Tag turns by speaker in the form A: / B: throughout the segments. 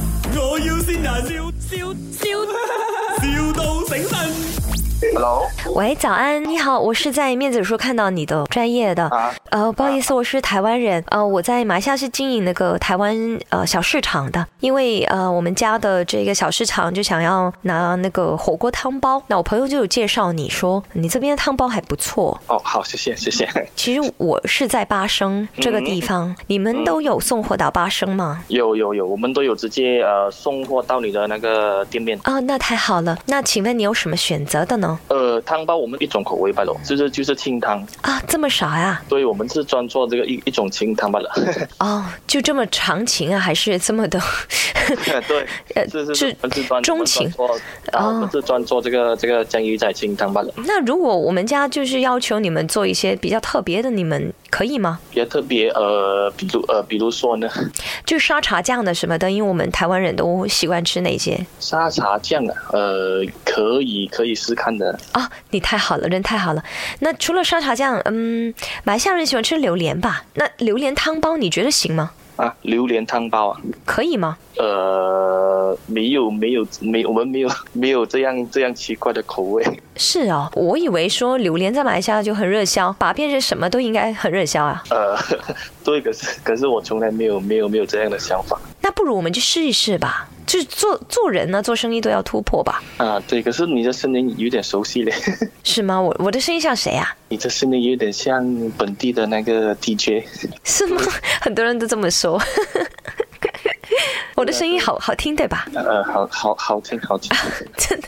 A: 要先人，笑笑笑，, 笑到醒神。
B: Hello，
C: 喂，早安，你好，我是在面子书看到你的专业的，
B: 啊
C: 呃，不好意思，我是台湾人，呃，我在马来西亚是经营那个台湾呃小市场的，因为呃我们家的这个小市场就想要拿那个火锅汤包，那我朋友就有介绍你说你这边的汤包还不错，
B: 哦，好，谢谢，谢谢。
C: 其实我是在巴生这个地方，你们都有送货到巴生吗？
B: 有有有，我们都有直接呃送货到你的那个店面。
C: 啊、那太好了，那请问你有什么选择的呢？
B: 呃，汤包我们一种口味罢了，就是就是清汤，
C: 啊，这么少呀、
B: 所以我们是专做这个一一种清汤罢了。
C: 哦，就这么长情啊，还是这么的？
B: 对，
C: 呃
B: 是
C: 是
B: 是是，我们是专
C: 钟
B: 我们专
C: 情哦
B: 做啊，我们是专做这个这个江鱼仔清汤罢了，
C: 那如果我们家就是要求你们做一些比较特别的，你们可以吗？
B: 比较特别呃，比如呃，比如说呢，
C: 就沙茶酱的什么的，因为我们台湾人都习惯吃那些
B: 沙茶酱啊，呃，可以可以试看的。
C: 啊。你太好了，人太好了。那除了沙茶酱，嗯，马来西亚人喜欢吃榴莲吧？那榴莲汤包你觉得行吗？
B: 啊，榴莲汤包啊，
C: 可以吗？
B: 呃，没有没有没，我们没有没有这样这样奇怪的口味。
C: 是哦，我以为说榴莲在马来西亚就很热销，把它变成什么都应该很热销啊。
B: 呃，对，可是可是我从来没有没有没有这样的想法
C: 那不如我们去试一试吧。就是做做人呢，做生意都要突破吧，
B: 啊。对，可是你的声音有点熟悉嘞，
C: 是吗？我我的声音像谁啊？
B: 你的声音有点像本地的那个 DJ。
C: 是吗？很多人都这么说。我的声音好好听，对吧？
B: 呃，好好好听好听。
C: 真的，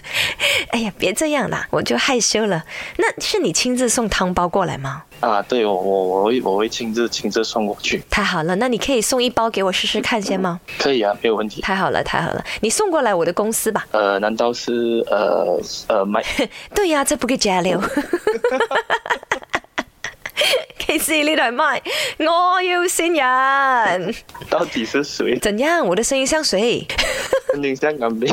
C: 哎呀，别这样啦，我就害羞了。那是你亲自送汤包过来吗？
B: 啊，对我我我会我会亲自亲自送过去，
C: 太好了，那你可以送一包给我试试看先吗？
B: 可以啊，没有问题。
C: 太好了，太好了，你送过来我的公司吧。
B: 呃，难道是呃呃买？
C: 对呀、这不嘅假料。其实呢度系麦，我要先人。
B: 到底是谁？
C: 怎样？我的声音像谁？
B: 肯定香港妹。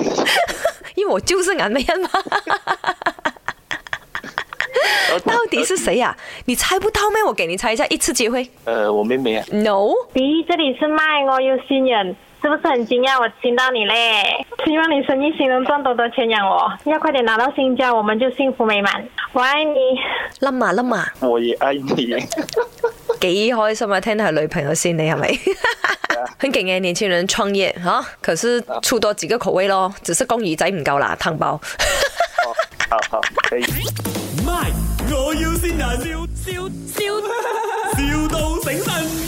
C: 因为我就是俺妹啊人嘛。 到底是谁呀、你猜不到咩？我给你猜一下，一次机会。
B: 呃我妹妹啊？
C: No，
D: 咦，这里是卖我有新人，是不是很惊讶我听到你嘞？希望你生意兴隆，赚多多钱养我，要快点拿到新家，我们就幸福美满。我爱你。
C: 冧啊冧啊，
B: 我也爱你。
C: 几开心啊！听到系女朋友先，你系咪？很勁嘅年輕人創業嚇、啊可是出多自己口味咯，只是公魚仔唔夠啦，湯包。
B: 好好好，可以。
A: 卖，我要先人，笑笑笑，,笑到醒神。